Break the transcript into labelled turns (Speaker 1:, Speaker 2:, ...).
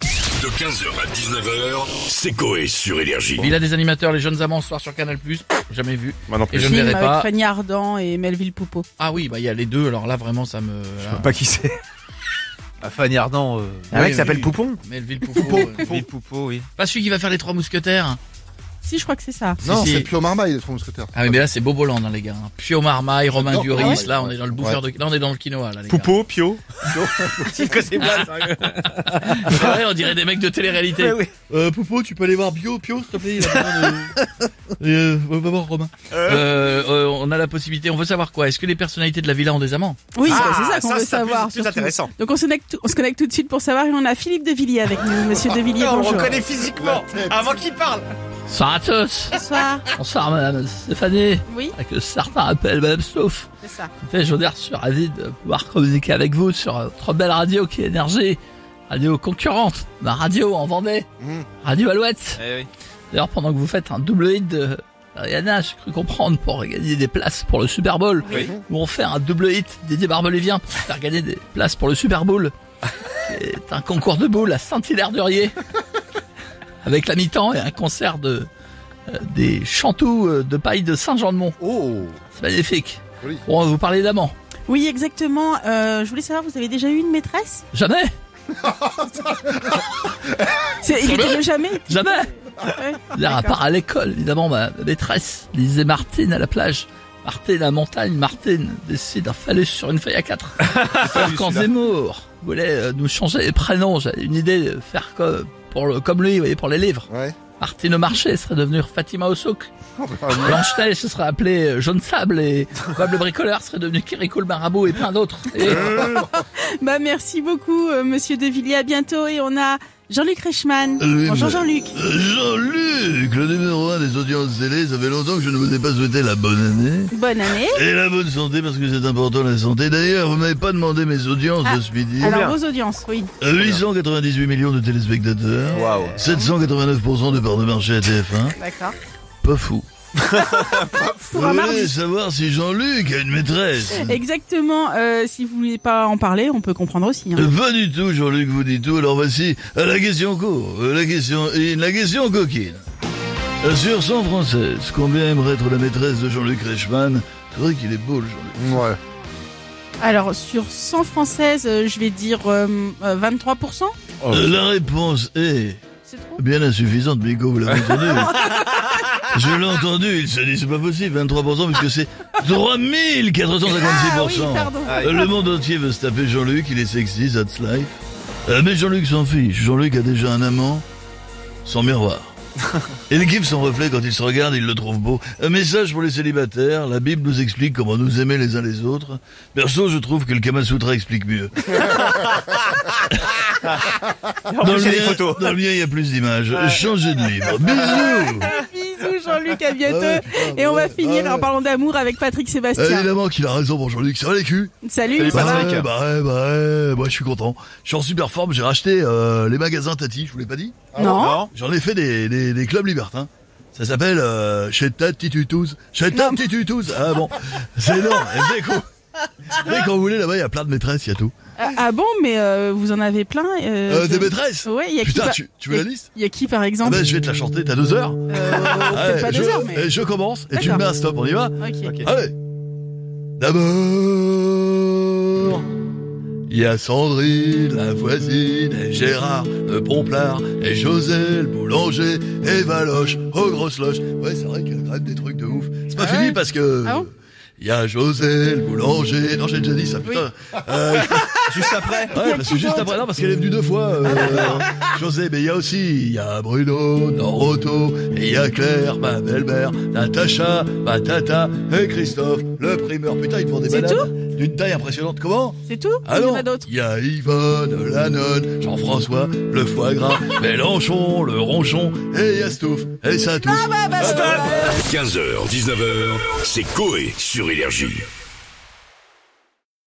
Speaker 1: De 15h à 19h, c'est Coé sur Énergie.
Speaker 2: Il a des animateurs, les jeunes amants, ce soir sur Canal+, Pff, jamais vu.
Speaker 3: Moi non
Speaker 2: Et
Speaker 3: plus.
Speaker 2: je
Speaker 3: Je
Speaker 2: ne
Speaker 4: Film
Speaker 2: verrai
Speaker 4: avec
Speaker 2: pas.
Speaker 4: Fanny Ardant et Melville Poupeau.
Speaker 2: Ah oui, bah il y a les deux, alors là vraiment ça me... là,
Speaker 3: sais pas qui c'est.
Speaker 5: Ah, Fanny Ardant, euh,
Speaker 3: Un
Speaker 2: Oui,
Speaker 3: mec qui s'appelle
Speaker 2: oui.
Speaker 3: Poupon.
Speaker 2: Melville Poupeau. euh,
Speaker 5: Philippe Poupeau, oui.
Speaker 2: Pas celui qui va faire les trois mousquetaires. hein.
Speaker 4: Si, je crois que c'est ça.
Speaker 6: Non,
Speaker 2: Si, si.
Speaker 6: c'est Pio Marmaille, les trois mousquetaires.
Speaker 2: Ah oui, mais là c'est Boboland hein, les gars. hein. Pio Marmaille, Romain
Speaker 6: J'adore.
Speaker 2: Duris,
Speaker 6: Ah ouais
Speaker 2: là on est dans le bouffeur de... Là on est dans le quinoa là les gars.
Speaker 3: Poupeau, Pio.
Speaker 4: Ah,
Speaker 2: C'est vrai, on dirait des mecs de télé-réalité. Euh, Poupeau, tu peux aller voir Bio, Pio, s'il te plaît. il a besoin de- Euh, va va voir Romain. Euh, euh, on a la possibilité, on veut savoir quoi Est-ce que les personnalités de la villa ont des amants
Speaker 4: Oui, c'est ça qu'on veut
Speaker 3: Ah, c'est
Speaker 4: savoir.
Speaker 3: plus- plus
Speaker 4: surtout.
Speaker 3: intéressant.
Speaker 4: Donc on se, connecte, on se connecte tout de suite pour savoir. Et on a Philippe de Villiers avec nous. Monsieur de Villiers,
Speaker 3: Non, on
Speaker 4: bonjour.
Speaker 3: reconnaît physiquement. Avant qu'il parle.
Speaker 2: Bonsoir à tous
Speaker 4: Bonsoir.
Speaker 2: Bonsoir madame Stéphanie
Speaker 4: Oui,
Speaker 2: que certains appellent Madame Stouff.
Speaker 4: c'est ça.
Speaker 2: fait, je veux dire, je suis ravi de pouvoir communiquer avec vous sur euh, votre belle radio qui est énergie, radio concurrente, ma radio en Vendée,
Speaker 6: Mm.
Speaker 2: Radio Alouette.
Speaker 5: Eh oui.
Speaker 2: D'ailleurs, pendant que vous faites un double hit de Rihanna, j'ai cru comprendre, pour gagner des places pour le Super Bowl,
Speaker 5: Oui.
Speaker 2: où on fait un double hit dédié Barbelivien pour faire gagner des places pour le Super Bowl. C'est un concours de boules à Saint-Hilaire-de-Riez, avec la mi-temps et un concert de euh, des chantous euh, de paille de Saint-Jean-de-Mont.
Speaker 6: Oh
Speaker 2: C'est magnifique.
Speaker 6: Joli.
Speaker 2: On va vous parler d'amant.
Speaker 4: Oui, exactement. Euh, je voulais savoir, vous avez déjà eu une maîtresse
Speaker 2: Jamais
Speaker 4: C'est- Il était le jamais
Speaker 2: Jamais
Speaker 4: Ouais.
Speaker 2: Là, à
Speaker 4: D'accord.
Speaker 2: part à l'école, évidemment, ma ma maîtresse lisait Martine à la plage. Martine à la montagne, Martine décide un phallus sur une feuille à quatre. Alors quand Zemmour voulait euh, nous changer les prénoms, j'avais une idée de faire comme, pour le- comme lui, vous voyez, pour les livres.
Speaker 6: Ouais.
Speaker 2: Martine au marché serait devenue Fatima au souk. Blanche Neige se serait appelée euh, Jaune Sable et Bob le bricoleur serait devenu Kirikou le marabout et plein d'autres. Et-
Speaker 4: Bah, merci beaucoup, euh, monsieur de Villiers. À bientôt. Et on a Jean-Luc Reichmann. bonjour, Jean-Luc.
Speaker 7: Jean-Luc, le numéro 1 des audiences télé, ça fait longtemps que je ne vous ai pas souhaité la bonne année.
Speaker 4: Bonne année.
Speaker 7: Et la bonne santé, parce que c'est important la santé. D'ailleurs, vous m'avez pas demandé mes audiences
Speaker 4: Ah,
Speaker 7: de ce midi.
Speaker 4: Alors, vos audiences, oui.
Speaker 7: 898 millions de téléspectateurs,
Speaker 5: Waouh.
Speaker 7: 789% de part de marché à TF1.
Speaker 4: D'accord.
Speaker 7: Pas fou. Vous
Speaker 4: Pour un mardi.
Speaker 7: voulez savoir si Jean-Luc a une maîtresse
Speaker 4: Exactement. euh, si vous voulez pas en parler, on peut comprendre aussi. hein.
Speaker 7: Euh, Pas du tout, Jean-Luc vous dit tout. Alors voici euh, la question court, euh, la question in, la question coquine. Euh, Sur 100 françaises, combien aimerait être la maîtresse de Jean-Luc Reichmann C'est vrai qu'il est beau, le Jean-Luc.
Speaker 6: Ouais.
Speaker 4: Alors, sur 100 françaises, euh, je vais dire euh, euh, 23%.
Speaker 7: Euh, La réponse est
Speaker 4: C'est trop
Speaker 7: bien insuffisante, Bigot, vous l'avez entendu. Je l'ai entendu, il se dit c'est pas possible, 23%, puisque c'est 3456%.
Speaker 4: Ah oui, pardon.
Speaker 7: Euh, Le monde entier veut se taper Jean-Luc, il est sexy, that's life. Euh, mais Jean-Luc s'en fiche. Jean-Luc a déjà un amant, sans miroir. Il kiffe son reflet quand il se regarde, il le trouve beau. Un message pour les célibataires, la Bible nous explique comment nous aimer les uns les autres. Perso, je trouve que le Kama Sutra explique mieux. Dans le,
Speaker 3: j'ai des
Speaker 7: mien-
Speaker 3: photos.
Speaker 7: dans le mien, il y a plus d'images. Changez de livre. Bisous
Speaker 4: Bisous, Jean-Luc, à bientôt.
Speaker 7: Ah ouais, putain,
Speaker 4: Et on va
Speaker 7: ouais,
Speaker 4: finir
Speaker 7: ah
Speaker 4: en parlant d'amour avec Patrick
Speaker 7: ouais.
Speaker 4: Sébastien.
Speaker 7: Euh, Évidemment qu'il a raison pour Jean-Luc, ça va les culs
Speaker 4: Salut.
Speaker 3: Salut,
Speaker 7: Bah
Speaker 3: Patrick.
Speaker 7: ouais, bah ouais, bah ouais, moi je suis content. Je suis en super forme, j'ai racheté euh, les magasins Tati, je vous l'ai pas dit.
Speaker 4: Ah, Non.
Speaker 7: J'en ai fait des, des, des clubs libertins. Ça s'appelle euh, chez Tati Tutouz. Chez Tati Tutouz. Ah bon, c'est énorme. Et dès qu'on dès qu'on voulait là-bas, il y a plein de maîtresses, il y a tout.
Speaker 4: Ah ah bon, mais euh, vous en avez plein.
Speaker 7: Euh,
Speaker 4: Euh,
Speaker 7: des maîtresses
Speaker 4: Oui, il y a qui
Speaker 7: Putain,
Speaker 4: par-
Speaker 7: tu, tu veux la liste
Speaker 4: Il y a qui par
Speaker 7: ah
Speaker 4: exemple
Speaker 7: ben, Je vais te la chanter, t'as deux heures. Ah,
Speaker 4: Euh,
Speaker 7: Ouais,
Speaker 4: Peut-être pas
Speaker 7: je,
Speaker 4: deux heures, mais.
Speaker 7: et je commence et tu me
Speaker 4: D'accord.
Speaker 7: mets un stop, on y va
Speaker 4: Ok.
Speaker 7: Allez D'abord, il y a Sandrine, la voisine, et Gérard, le pomplard, et José, le boulanger, et Valoche, aux grosses loches. Ouais, c'est vrai qu'il y a quand même des trucs de ouf. C'est pas
Speaker 4: Ah
Speaker 7: fini
Speaker 4: ouais
Speaker 7: parce que...
Speaker 4: Ah bon
Speaker 7: il y a José, le boulanger. Non, j'ai déjà dit ça, putain. Euh,
Speaker 5: Juste après.
Speaker 7: Ouais, parce que juste après, non, parce qu'elle est venue deux
Speaker 4: Ah,
Speaker 7: fois. euh, José, mais il y a aussi, il y a Bruno, Noroto, et il y a Claire, ma belle-mère, Natacha, ma tata, et Christophe, le primeur. Putain, ils te font des
Speaker 4: C'est
Speaker 7: bananes d'une taille impressionnante. Comment
Speaker 4: C'est tout
Speaker 7: Ah
Speaker 4: Il y en
Speaker 7: non,
Speaker 4: a d'autres.
Speaker 7: il y a Yvonne, la nonne, Jean-François, le foie gras, Mélenchon, le ronchon, et il y a Stouff, et ça touche.
Speaker 4: Ah bah, bah, bah, bah, bah.
Speaker 1: 15h, 19h, c'est Coé sur Énergie.